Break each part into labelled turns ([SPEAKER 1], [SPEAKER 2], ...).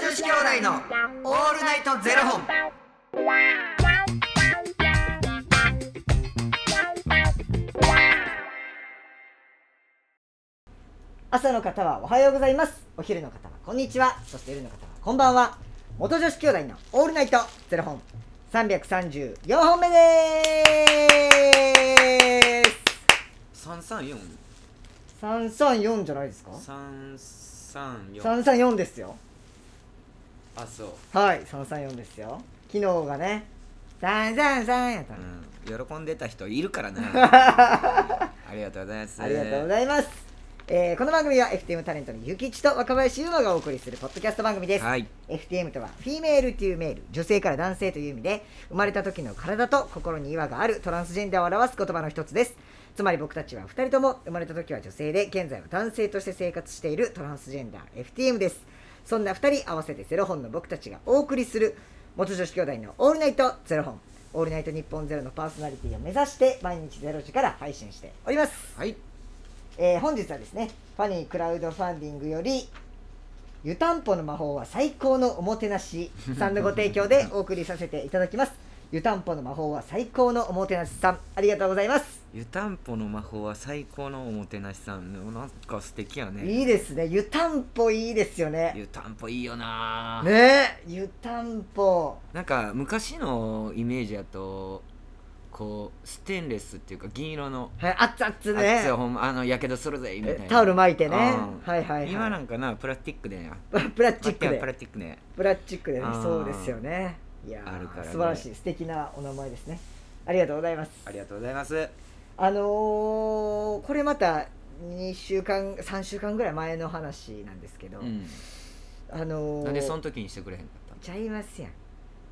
[SPEAKER 1] 子兄弟のオールナイトゼロ本。
[SPEAKER 2] 朝の方はおはようございますお昼の方はこんにちはそして夜の方はこんばんは元女子兄弟のオールナイトゼロ本334本目です
[SPEAKER 3] 三三四
[SPEAKER 2] 334じゃないですか
[SPEAKER 3] 三三四
[SPEAKER 2] 334ですよ
[SPEAKER 3] あそう
[SPEAKER 2] はい334ですよ昨日がね333やったの、
[SPEAKER 3] うん喜んでた人い るからねありがとうございます
[SPEAKER 2] ありがとうご
[SPEAKER 3] い
[SPEAKER 2] ざいます、えーこの番組は FTM タレントのゆきちと若林優馬がお送りするポッドキャスト番組です、
[SPEAKER 3] はい
[SPEAKER 2] FTM とはフィメールというメール女性から男性という意味で生まれた時の体と心に違和があるトランスジェンダーを表す言葉の一つですつまり僕たちは2人とも生まれた時は女性で現在は男性として生活しているトランスジェンダー FTM ですそんな2人合わせてゼロ本の僕たちがお送りする元女子兄弟のオールナイトゼロ本オールナイト日本ゼロのパーソナリティを目指して毎日ゼロ時から配信しております
[SPEAKER 3] はい
[SPEAKER 2] えー本日はですねファニークラウドファンディングより「湯たんぽの魔法は最高のおもてなし」さんのご提供 でお送りさせていただきます湯たんぽの魔法は最高のおもてなしさんありがとうございます、
[SPEAKER 3] 湯たんぽの魔法は最高のおもてなしさんなんか素敵やね
[SPEAKER 2] いいですね湯たんぽいいですよね
[SPEAKER 3] 湯たんぽいいよな、
[SPEAKER 2] ねえ湯たんぽ
[SPEAKER 3] なんか昔のイメージやとこうステンレスっていうか銀色の
[SPEAKER 2] はい熱々
[SPEAKER 3] あっ
[SPEAKER 2] ね
[SPEAKER 3] ちはほんまあのやけどするぜみたいな
[SPEAKER 2] えタオル巻いてね
[SPEAKER 3] うん
[SPEAKER 2] はいはいはい
[SPEAKER 3] 今なんかなプラスチックでや
[SPEAKER 2] プラスチック
[SPEAKER 3] プラ
[SPEAKER 2] で
[SPEAKER 3] スチックね
[SPEAKER 2] プラスチックでね
[SPEAKER 3] あー
[SPEAKER 2] そうですよねいやー
[SPEAKER 3] あるからね
[SPEAKER 2] 素晴らしい素敵なお名前ですねありがとうございます
[SPEAKER 3] ありがとうございます
[SPEAKER 2] あのーこれまた2週間3週間ぐらい前の話なんですけど、
[SPEAKER 3] うん
[SPEAKER 2] あのー
[SPEAKER 3] なんでその時にしてくれへんかった
[SPEAKER 2] ちゃいますやん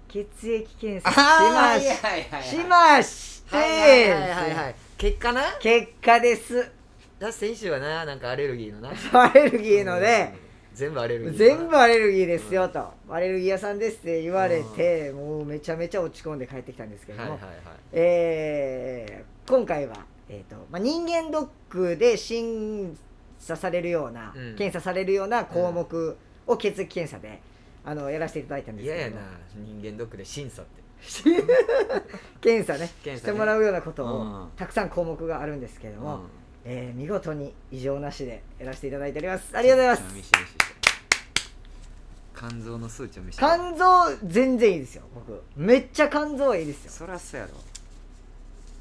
[SPEAKER 2] 血液検査し
[SPEAKER 3] あ
[SPEAKER 2] ま
[SPEAKER 3] ー
[SPEAKER 2] し
[SPEAKER 3] はいはいはい
[SPEAKER 2] しまして
[SPEAKER 3] はいはいはいはい結果な
[SPEAKER 2] 結果です
[SPEAKER 3] だ先週はななんかアレルギーのな
[SPEAKER 2] アレルギーので、
[SPEAKER 3] うん全部アレルギー
[SPEAKER 2] 全部アレルギーですよと、アレルギー屋さんですって言われて、もうめちゃめちゃ落ち込んで帰ってきたんですけども、
[SPEAKER 3] はいはいはい
[SPEAKER 2] えー今回は、えーとまあ、人間ドックで審査されるような、
[SPEAKER 3] うん
[SPEAKER 2] 検査されるような項目を血液検査で、あのやらせていただいたんです
[SPEAKER 3] 嫌
[SPEAKER 2] け
[SPEAKER 3] や
[SPEAKER 2] ど
[SPEAKER 3] な人間ドックで審査って
[SPEAKER 2] 検査ね
[SPEAKER 3] 検査ね
[SPEAKER 2] してもらうようなことを、
[SPEAKER 3] うん
[SPEAKER 2] たくさん項目があるんですけども、
[SPEAKER 3] うん
[SPEAKER 2] えー見事に異常なしでやらせていただいておりますありがとうございます
[SPEAKER 3] 見せて見せて肝臓の数値を見せて
[SPEAKER 2] 肝臓全然いいですよ僕めっちゃ肝臓はいいですよ
[SPEAKER 3] そらそうやろ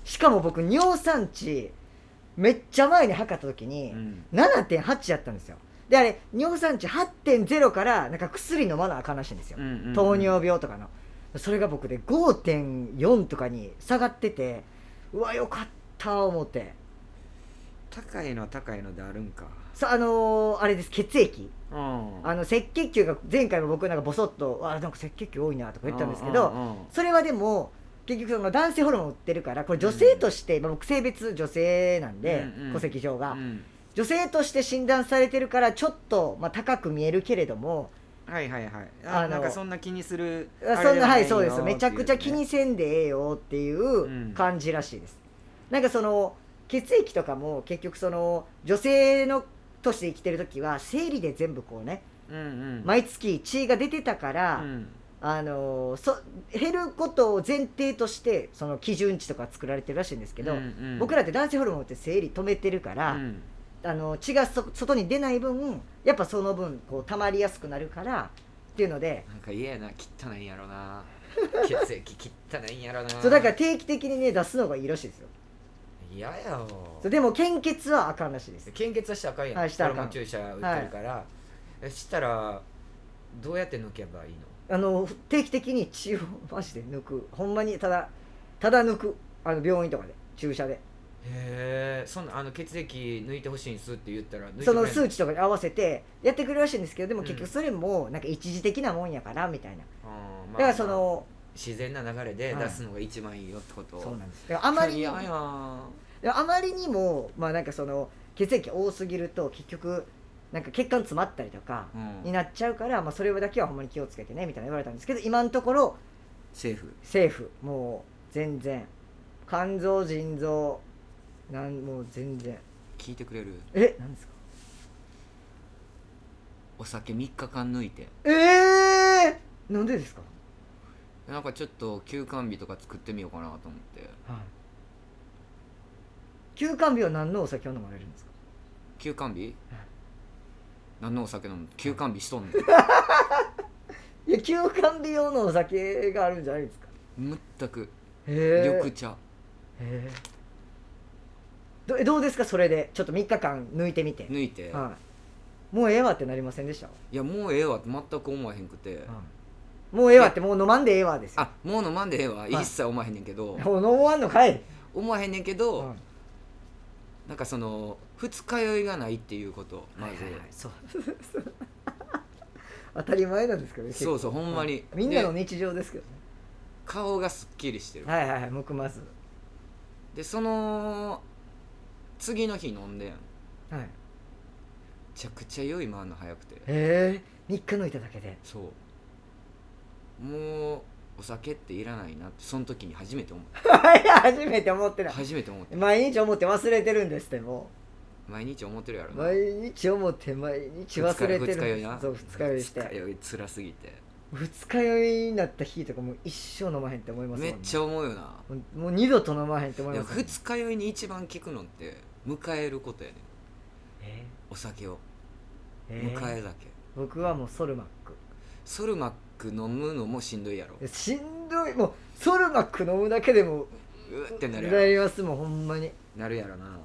[SPEAKER 2] しかも僕尿酸値めっちゃ前に測った時に、
[SPEAKER 3] うん
[SPEAKER 2] 7.8やったんですよであれ尿酸値8.0からなんか薬飲まなあかんらしいんですよ、
[SPEAKER 3] うんうんうん
[SPEAKER 2] 糖尿病とかのそれが僕で5.4とかに下がっててうわよかった思って
[SPEAKER 3] 高いのは高いのであるんか
[SPEAKER 2] さあのーあれです血液
[SPEAKER 3] うん
[SPEAKER 2] あの赤血球が前回も僕なんかボソッと「あなんか赤血球多いな」とか言ったんですけど、
[SPEAKER 3] うんうんうん
[SPEAKER 2] それはでも結局その男性ホルモン売ってるからこれ女性として、まあ僕性別女性なんで、
[SPEAKER 3] うんうん
[SPEAKER 2] 戸籍上が、
[SPEAKER 3] うん
[SPEAKER 2] 女性として診断されてるからちょっと、まあ、高く見えるけれども
[SPEAKER 3] はいはいはい
[SPEAKER 2] あ
[SPEAKER 3] あ
[SPEAKER 2] の
[SPEAKER 3] なんかそんな気にする
[SPEAKER 2] そんな
[SPEAKER 3] あれで
[SPEAKER 2] はい
[SPEAKER 3] よ
[SPEAKER 2] そうです
[SPEAKER 3] ってい
[SPEAKER 2] めちゃくちゃ気にせんでええよってい
[SPEAKER 3] うん
[SPEAKER 2] う感じらしいです、なんかその血液とかも結局その女性のとして生きてる時は生理で全部こうね
[SPEAKER 3] うんうん
[SPEAKER 2] 毎月血が出てたから、
[SPEAKER 3] うん
[SPEAKER 2] あのそ減ることを前提としてその基準値とか作られてるらしいんですけど、
[SPEAKER 3] うんうん
[SPEAKER 2] 僕らって男性ホルモンって生理止めてるから、
[SPEAKER 3] うん
[SPEAKER 2] あの血がそ外に出ない分やっぱその分こう溜まりやすくなるからっていうので、
[SPEAKER 3] なんか嫌やな汚いんやろな血液汚いんやろな
[SPEAKER 2] そうだから定期的にね出すのがいいらしいですよ
[SPEAKER 3] 嫌やよ
[SPEAKER 2] そうでも献血はあかんらしいです
[SPEAKER 3] 献血はしたらあかんやん、
[SPEAKER 2] はいしたらあ
[SPEAKER 3] ホ
[SPEAKER 2] かん
[SPEAKER 3] ルモン注射打ってるから、えしたらどうやって抜けばいいの
[SPEAKER 2] あの定期的に血をマジで抜くほんまにただただ抜くあの病院とかで注射で
[SPEAKER 3] へえそんなあの血液抜いてほしいんすって言ったら抜いて
[SPEAKER 2] その数
[SPEAKER 3] 値
[SPEAKER 2] 値とかに合わせてやってくれるらしいんですけどでも結
[SPEAKER 3] うん
[SPEAKER 2] 局それもなんか一時的なもんやからみたいな、
[SPEAKER 3] だ
[SPEAKER 2] だからその、
[SPEAKER 3] 自然な流れで
[SPEAKER 2] はい
[SPEAKER 3] 出すのが一番いいよってこと、
[SPEAKER 2] そうなんですだからあまりに
[SPEAKER 3] 嫌
[SPEAKER 2] も
[SPEAKER 3] やん
[SPEAKER 2] であまりにもまあなんかその血液多すぎると結局なんか血管詰まったりとか
[SPEAKER 3] うん
[SPEAKER 2] になっちゃうから、まあ、それだけはほんまに気をつけてねみたいな言われたんですけど今のところ
[SPEAKER 3] セーフ
[SPEAKER 2] 政府もう全然肝臓腎臓なんもう全然
[SPEAKER 3] 聞いてくれる
[SPEAKER 2] えなんですか
[SPEAKER 3] お酒3日間抜いて
[SPEAKER 2] ええなんでですか、
[SPEAKER 3] なんかちょっと休館日とか作ってみようかなと思って
[SPEAKER 2] はい、休館日は何のお酒を飲まれるんですか
[SPEAKER 3] 休館日
[SPEAKER 2] うん
[SPEAKER 3] 何のお酒飲む休館日しとんねん
[SPEAKER 2] いや休館日用のお酒があるんじゃないですか
[SPEAKER 3] 全く
[SPEAKER 2] へ
[SPEAKER 3] 緑茶
[SPEAKER 2] えどどうですかそれでちょっと3日間抜いてみて、
[SPEAKER 3] 抜いて
[SPEAKER 2] はい、もうええわってなりませんでした、
[SPEAKER 3] いやもうええわって全く思わへんくて
[SPEAKER 2] もうええわってもう飲まんでええわですよ
[SPEAKER 3] あもう飲まんでええわ
[SPEAKER 2] い
[SPEAKER 3] 一切思わへんねんけど
[SPEAKER 2] もう飲まんのかい、
[SPEAKER 3] 思わへんねんけ
[SPEAKER 2] うん
[SPEAKER 3] どなんかその二日酔いがないっていうことまず
[SPEAKER 2] はいはいはいそう 当たり前なんですけどね
[SPEAKER 3] そうそうほ
[SPEAKER 2] ほ
[SPEAKER 3] んまに
[SPEAKER 2] みんなの
[SPEAKER 3] で
[SPEAKER 2] 日常ですけどね
[SPEAKER 3] 顔がすっきりしてる
[SPEAKER 2] はいはいはいむくます
[SPEAKER 3] でその次の日飲んでんめ
[SPEAKER 2] はいへ
[SPEAKER 3] ちゃくちゃ酔い回るの早くて
[SPEAKER 2] え3日抜いただけで
[SPEAKER 3] そうもうお酒っていらないなってその時に初めて思っ
[SPEAKER 2] はい初めて思ってな
[SPEAKER 3] た
[SPEAKER 2] い
[SPEAKER 3] 初めて思った
[SPEAKER 2] 毎日思って忘れてるんですっても
[SPEAKER 3] 毎日思ってるやろ
[SPEAKER 2] う
[SPEAKER 3] な
[SPEAKER 2] 毎日思って毎日忘れてる
[SPEAKER 3] 二日酔いな
[SPEAKER 2] そう二日酔いし
[SPEAKER 3] 二日
[SPEAKER 2] て
[SPEAKER 3] 酔い辛すぎて
[SPEAKER 2] 二日酔いになった日とかもう一生飲まへんって思いますもん
[SPEAKER 3] めっちゃ思うよな
[SPEAKER 2] もうもう二度と飲まへんって思
[SPEAKER 3] い
[SPEAKER 2] い
[SPEAKER 3] や
[SPEAKER 2] ますもん
[SPEAKER 3] 二日酔いに一番効くのって迎えることやねん
[SPEAKER 2] え
[SPEAKER 3] お酒を
[SPEAKER 2] ー
[SPEAKER 3] 迎
[SPEAKER 2] えー
[SPEAKER 3] え酒
[SPEAKER 2] 僕はもうソルマック
[SPEAKER 3] ソルマック飲むのもしんどいやろ
[SPEAKER 2] えしんどいもうソルマック飲むだけでも
[SPEAKER 3] うーってなるや
[SPEAKER 2] な
[SPEAKER 3] ろ
[SPEAKER 2] りますもんほんまに
[SPEAKER 3] なるやろなな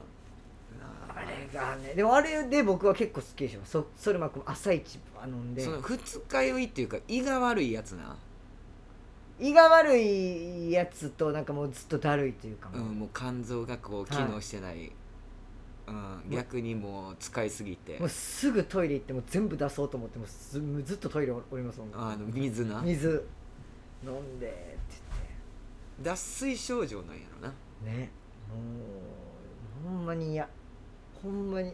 [SPEAKER 2] あれがねでもあれで僕は結構好きでしますソソルマックも朝一は飲んで
[SPEAKER 3] その二日酔いっていうか胃が悪いやつな
[SPEAKER 2] 胃が悪いやつとなんかもうずっとだるいというかも
[SPEAKER 3] う
[SPEAKER 2] う、
[SPEAKER 3] ん、もう肝臓がこう機能してない、うん、逆にもう使いすぎて
[SPEAKER 2] もうすぐトイレ行ってもう全部出そうと思ってもうずもうずっとトイレおりますもん
[SPEAKER 3] あの水な
[SPEAKER 2] 水飲んでって
[SPEAKER 3] 脱水症状なんやろな
[SPEAKER 2] 言ってねもうほんまに嫌ほんまに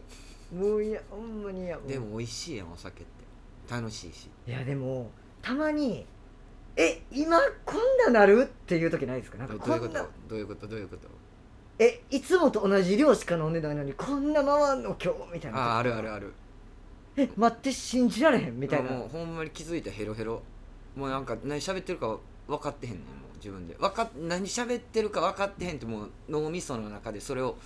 [SPEAKER 2] もう嫌ほんまに嫌う
[SPEAKER 3] でも美味しいやんお酒って楽しいし
[SPEAKER 2] いやでもたまにえ今こんななるっていう時ないですかなんか
[SPEAKER 3] ど
[SPEAKER 2] こ
[SPEAKER 3] どういうんこと
[SPEAKER 2] な
[SPEAKER 3] どういうことどういうこと
[SPEAKER 2] えいつもと同じ量しか飲んでないのにこんな回んの今日みたいな
[SPEAKER 3] あああるあるある
[SPEAKER 2] え待って信じられへんみたいな
[SPEAKER 3] もうほんまに気づいたらヘロヘロもうなんか何喋ってるか分かってへんねんもう自分で分かっ何喋ってるか分かってへんってもう脳みその中でそれを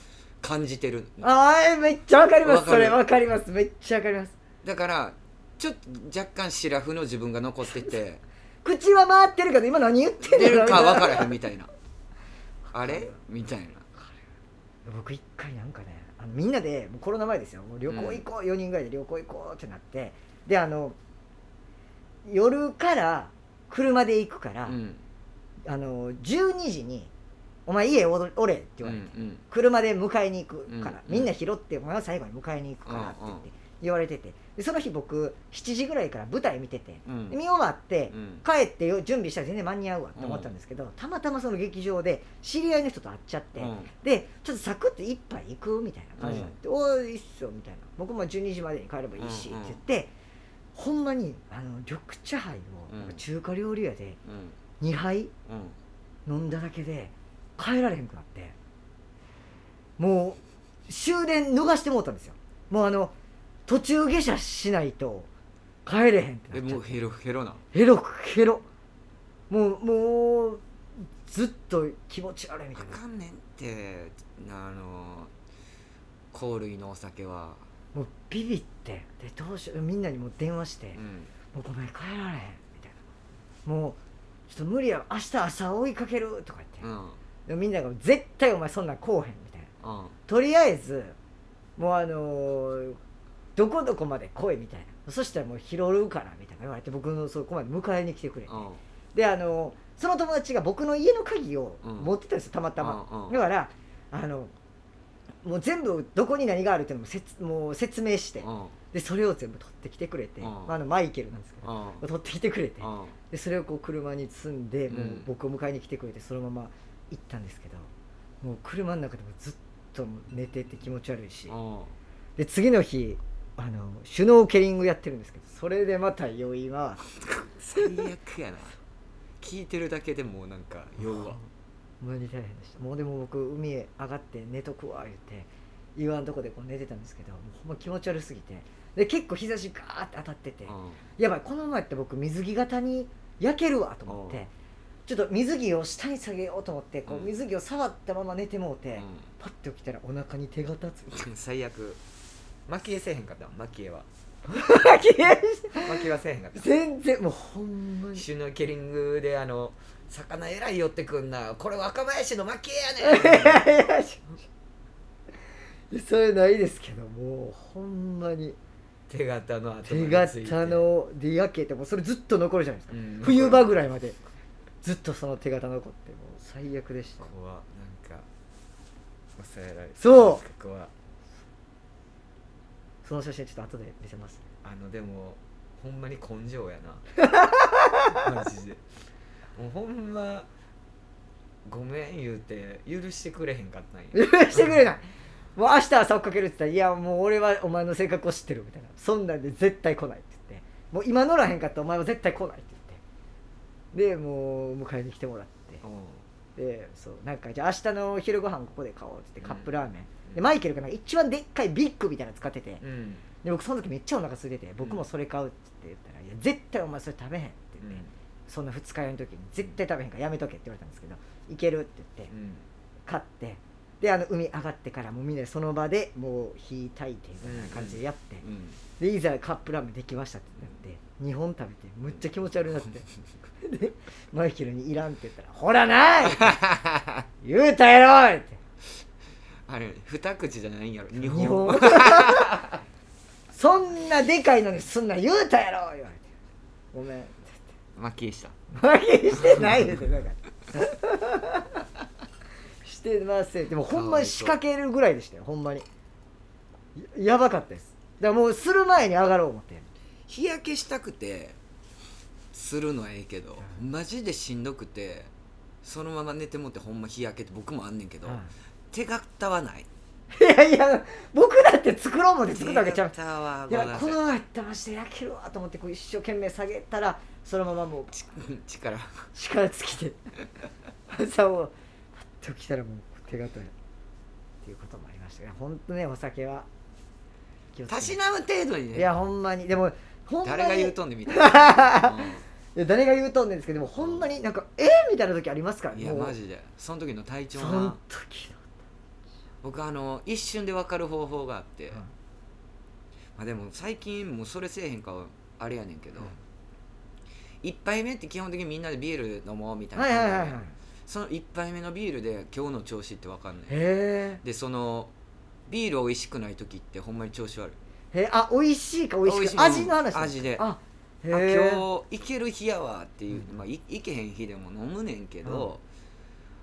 [SPEAKER 3] 感じてる
[SPEAKER 2] あーえめっちゃわかりま
[SPEAKER 3] わ
[SPEAKER 2] す
[SPEAKER 3] か
[SPEAKER 2] そ
[SPEAKER 3] る
[SPEAKER 2] れわかりますめっちゃわかります
[SPEAKER 3] だからちょっと若干シラフの自分が残って て
[SPEAKER 2] 口は回ってるけど今何言って
[SPEAKER 3] 出
[SPEAKER 2] るの
[SPEAKER 3] るか
[SPEAKER 2] み
[SPEAKER 3] 分
[SPEAKER 2] たい
[SPEAKER 3] か
[SPEAKER 2] な
[SPEAKER 3] らへんみた いなあれみたいな
[SPEAKER 2] 僕一回なんかねあのみんなでもうコロナ前ですよもう旅行行こう、4人ぐらいで旅行行こうってなってであの夜から車で行くから、
[SPEAKER 3] うん
[SPEAKER 2] あの12時に「お前家おどおれ」って
[SPEAKER 3] う
[SPEAKER 2] 言
[SPEAKER 3] ん
[SPEAKER 2] われて、
[SPEAKER 3] うん
[SPEAKER 2] 車で迎えに行くから、
[SPEAKER 3] うん
[SPEAKER 2] みんな拾って「お前は最後に迎えに行くから」って言って言われててでその日僕7時ぐらいから舞台見てて、
[SPEAKER 3] うん
[SPEAKER 2] で見終わって、
[SPEAKER 3] うん
[SPEAKER 2] 帰ってよ準備したら全然間に合うわって思ったんですけど、たまたまその劇場で知り合いの人と会っちゃって、
[SPEAKER 3] うん
[SPEAKER 2] でちょっとサクッと一杯行くみたいな感じになって「おーいいっすよ」みたいな「僕も12時までに帰ればいいし」っ
[SPEAKER 3] う
[SPEAKER 2] て
[SPEAKER 3] んうん
[SPEAKER 2] 言って、ほんまにあの緑茶杯をなんか中華料理屋で
[SPEAKER 3] うん
[SPEAKER 2] 2杯
[SPEAKER 3] うん
[SPEAKER 2] 飲んだだけで帰られへんくなってもう終電逃してもうたんですよもうあの途中下車しないと帰れへんって
[SPEAKER 3] え
[SPEAKER 2] なっちゃ
[SPEAKER 3] も
[SPEAKER 2] っ
[SPEAKER 3] う
[SPEAKER 2] て
[SPEAKER 3] ヘロヘロな
[SPEAKER 2] ヘロヘロもうもうずっと気持ち悪いみた
[SPEAKER 3] あ
[SPEAKER 2] いな
[SPEAKER 3] かんねんってあの香類のお酒は、
[SPEAKER 2] もうビビってでどうしようみんなにもう電話して
[SPEAKER 3] うん、
[SPEAKER 2] 「もうごめん帰られへん」みたいな「もうちょっと無理やろ明日朝追いかける」とか
[SPEAKER 3] う
[SPEAKER 2] 言って、
[SPEAKER 3] ん
[SPEAKER 2] でもみんなが「絶対お前そんなんこうへん」みたいな
[SPEAKER 3] うん
[SPEAKER 2] とりあえずもうあのーどこどこまで来いみたいなそしたらもう拾うからみたいな言われて僕のそこまで迎えに来てくれて
[SPEAKER 3] うん
[SPEAKER 2] であのその友達が僕の家の鍵を持ってたんですよ、たまたま、
[SPEAKER 3] うんうん
[SPEAKER 2] だからあのもう全部どこに何があるっていうのもせつもう説明して、
[SPEAKER 3] うん
[SPEAKER 2] でそれを全部取ってきてくれて、
[SPEAKER 3] うん
[SPEAKER 2] まあ、あのマイケルなんですけど、
[SPEAKER 3] うん
[SPEAKER 2] 取ってきてくれて、
[SPEAKER 3] うん
[SPEAKER 2] でそれをこう車に積んでもううん僕を迎えに来てくれてそのまま行ったんですけどもう車の中でもずっと寝てて気持ち悪いし、
[SPEAKER 3] うん
[SPEAKER 2] で次の日あのシュノーケリングやってるんですけどそれでまた酔いは
[SPEAKER 3] 最悪やな聞いてるだけでもうなんか酔うわ
[SPEAKER 2] 無理大変でしたもうでも僕海へ上がって寝とくわ言って言わんとこでこう寝てたんですけどもうほんま気持ち悪すぎてで結構日差しガーって当たってて、
[SPEAKER 3] うん
[SPEAKER 2] やばいこの前って僕水着型に焼けるわと思っ
[SPEAKER 3] う
[SPEAKER 2] て
[SPEAKER 3] ん
[SPEAKER 2] ちょっと水着を下に下げようと思ってこ
[SPEAKER 3] う
[SPEAKER 2] うん水着を触ったまま寝てもうて、
[SPEAKER 3] うん
[SPEAKER 2] パッて起きたらお腹に手が立つ
[SPEAKER 3] 最悪蒔絵せえへんかったわ蒔絵は 蒔絵はせえへんかった
[SPEAKER 2] 全然もうほんまに
[SPEAKER 3] シュノーケリングであの魚えらい寄ってくんなこれ若林の蒔絵やねん
[SPEAKER 2] それないですけどもうほんまに
[SPEAKER 3] 手形の後
[SPEAKER 2] 手形ので焼けてもうそれずっと残るじゃないですか、
[SPEAKER 3] うん
[SPEAKER 2] 冬場ぐらいまでずっとその手形残ってもう最悪でした
[SPEAKER 3] 怖っなんか抑えられ
[SPEAKER 2] そう
[SPEAKER 3] なんか怖っ
[SPEAKER 2] その写真ちょっと後で見せます
[SPEAKER 3] あのでもほんまに根性や なマジでもうほんまごめん言うて許してくれへんかったん
[SPEAKER 2] 許
[SPEAKER 3] や
[SPEAKER 2] してくれないもう明日朝追っかけるって言ったら「いやもう俺はお前の性格を知ってる」みたいな「そんなんで絶対来ない」って言って「もう今乗らへんかったらお前は絶対来ない」って言ってでもう迎えに来てもらって
[SPEAKER 3] う
[SPEAKER 2] でそうなんかじゃあ明日の昼ご飯ここで買おうって言ってカップラーメン、
[SPEAKER 3] うん
[SPEAKER 2] でマイケルがなんか一番でっかいビッグみたいなの使ってて、
[SPEAKER 3] んうん
[SPEAKER 2] で僕その時めっちゃお腹空いてて僕もそれ買うって言ったら「いや絶対お前それ食べへん」って言って、そんな二日酔いの時に「絶対食べへんからやめとけ」って言われたんですけど「いける」って言って
[SPEAKER 3] うん
[SPEAKER 2] 買ってであの海上がってからもうみんなでその場でもう火炊いてみたいな感じでやって、
[SPEAKER 3] うん
[SPEAKER 2] でいざカップラーメンできましたってなって2本食べてむっちゃ気持ち悪いなってでマイケルに「いらん」って言ったら「ほらない!」言うたやろ!」って
[SPEAKER 3] あれ二口じゃないんやろ
[SPEAKER 2] 日
[SPEAKER 3] 日本
[SPEAKER 2] 本 そんなでかいのにすんな言うたやろ言われて「ごめん」って
[SPEAKER 3] 蒔絵した
[SPEAKER 2] 言って「負け してないですよだからしてませんでもほんまに仕掛けるぐらいでしたよほんまにややばかったですだからもうする前に上がろう思って
[SPEAKER 3] 日焼けしたくてするのはええけどマジでしんどくてそのまま寝てもってほんま日焼けって僕もあんねんけど、手形はない
[SPEAKER 2] いやいや僕だって作ろうもんで作ったわけちゃう
[SPEAKER 3] 手形はいごめん
[SPEAKER 2] や
[SPEAKER 3] な
[SPEAKER 2] こ
[SPEAKER 3] さい
[SPEAKER 2] のままやったらマジで焼けるわと思ってこう一生懸命下げたらそのままもう
[SPEAKER 3] ち力
[SPEAKER 2] 力尽きて朝をパッと起きたらもう手形にっていうこともありましたね本当ねお酒は気をつけ
[SPEAKER 3] た
[SPEAKER 2] て
[SPEAKER 3] しなむ程度にね
[SPEAKER 2] いやほんまにでもほんまに
[SPEAKER 3] 誰が言うとんねんみたいな、
[SPEAKER 2] いや誰が言うとんねんですけどでもほんまになんかえー、みたいな時ありますから
[SPEAKER 3] うん
[SPEAKER 2] ね
[SPEAKER 3] いや
[SPEAKER 2] もう
[SPEAKER 3] マジでその時の体調
[SPEAKER 2] その
[SPEAKER 3] な
[SPEAKER 2] 時の
[SPEAKER 3] 僕あの一瞬で分かる方法があって、
[SPEAKER 2] うん
[SPEAKER 3] まあ、でも最近もうそれせえへんかはあれやねんけど、
[SPEAKER 2] うん
[SPEAKER 3] 一杯目って基本的にみんなでビール飲もうみたいな
[SPEAKER 2] はいは
[SPEAKER 3] 感じで、
[SPEAKER 2] いはいはい
[SPEAKER 3] その一杯目のビールで今日の調子って分かんない
[SPEAKER 2] へ
[SPEAKER 3] でそのビール美味しくない時ってほんまに調子悪い
[SPEAKER 2] えへえあ美味しいか美味
[SPEAKER 3] 美
[SPEAKER 2] し
[SPEAKER 3] 味
[SPEAKER 2] く
[SPEAKER 3] しい
[SPEAKER 2] ない味の話
[SPEAKER 3] 味で
[SPEAKER 2] あへ
[SPEAKER 3] あ
[SPEAKER 2] え
[SPEAKER 3] 今日行ける日やわっていう、まあ、い行けへん日でも飲むねんけど、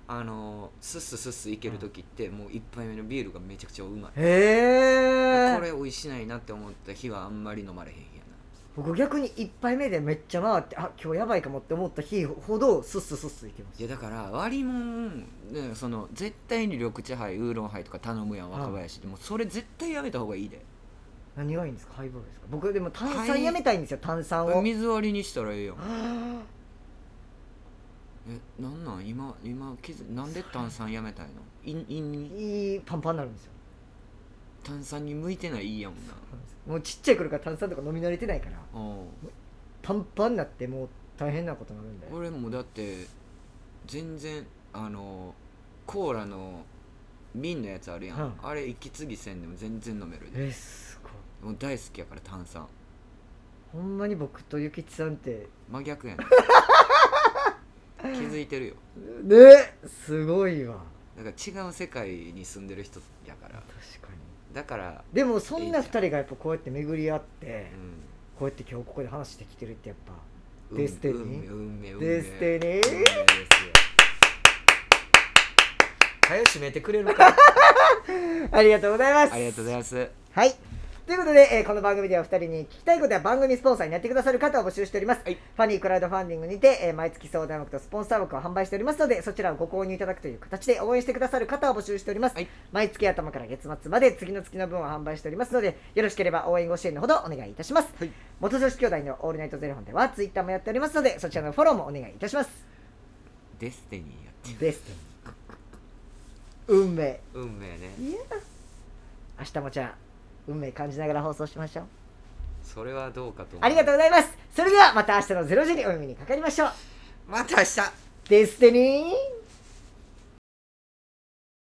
[SPEAKER 3] あのスッススッス行ける時ってもう一杯目のビールがめちゃくちゃうまい、
[SPEAKER 2] へえ
[SPEAKER 3] これ美味しないなって思った日はあんまり飲まれへん日や
[SPEAKER 2] 僕逆に1杯目でめっちゃ回ってあ今日やばいかもって思った日ほどスッススッスいけます
[SPEAKER 3] ないやだから割りもん、ね、その絶対に緑茶杯ウーロン杯とか頼むやん若林でもそれ絶対やめた方がいいで
[SPEAKER 2] 何がいいんですかハイボールですか僕でも炭酸やめたいんですよ炭酸を
[SPEAKER 3] 水割りにしたらええやん
[SPEAKER 2] あ
[SPEAKER 3] えなんなん今今気づなんで炭酸やめたいのいい
[SPEAKER 2] ーい
[SPEAKER 3] ん
[SPEAKER 2] いパンパンになるんですよ
[SPEAKER 3] 炭酸に向いてないいいやもんな
[SPEAKER 2] もうちっちゃい頃から炭酸とか飲み慣れてないから
[SPEAKER 3] うん
[SPEAKER 2] パンパンになってもう大変なことになるんで
[SPEAKER 3] 俺もだって全然あのコーラの瓶のやつあるやん、
[SPEAKER 2] うん
[SPEAKER 3] あれ息継ぎせんでも全然飲めるで
[SPEAKER 2] えーすごい
[SPEAKER 3] もう大好きやから炭酸
[SPEAKER 2] ほんまに僕とゆきちさんって
[SPEAKER 3] 真逆やねん 気づいてるよ
[SPEAKER 2] ねすごいわ
[SPEAKER 3] だから違う世界に住んでる人やから
[SPEAKER 2] 確かに
[SPEAKER 3] だから
[SPEAKER 2] でもそんな2人がやっぱこうやって巡り合って
[SPEAKER 3] うん
[SPEAKER 2] こうやって今日ここで話してきてるってやっぱ
[SPEAKER 3] 運
[SPEAKER 2] デスティニー
[SPEAKER 3] 運命運命運命
[SPEAKER 2] デスティニー
[SPEAKER 3] 運命ですよ早う閉めてくれ るか
[SPEAKER 2] ありがとうございます
[SPEAKER 3] ありがとうございます
[SPEAKER 2] はい。ということで、えーこの番組では2人に聞きたいことや番組スポンサーになってくださる方を募集しております。
[SPEAKER 3] はい
[SPEAKER 2] ファニークラウドファンディングにて、えー毎月相談枠とスポンサー枠を販売しておりますので、そちらをご購入いただくという形で応援してくださる方を募集しております。
[SPEAKER 3] はい
[SPEAKER 2] 毎月頭から月末まで次の月の分を販売しておりますので、よろしければ応援ご支援のほどお願いいたします。
[SPEAKER 3] はい
[SPEAKER 2] 元女子兄弟のオールナイトゼロ本ではツイッターもやっておりますので、そちらのフォローもお願いいたします。
[SPEAKER 3] デスティニーやって
[SPEAKER 2] デスティニー運命。
[SPEAKER 3] 運命ね
[SPEAKER 2] いや明日もじゃあ、運命感じながら放送しましょう。
[SPEAKER 3] それはどうかと思
[SPEAKER 2] ありがとうございますそれではまた明日の0時にお耳にかかりましょう
[SPEAKER 3] また明日
[SPEAKER 2] デスティニー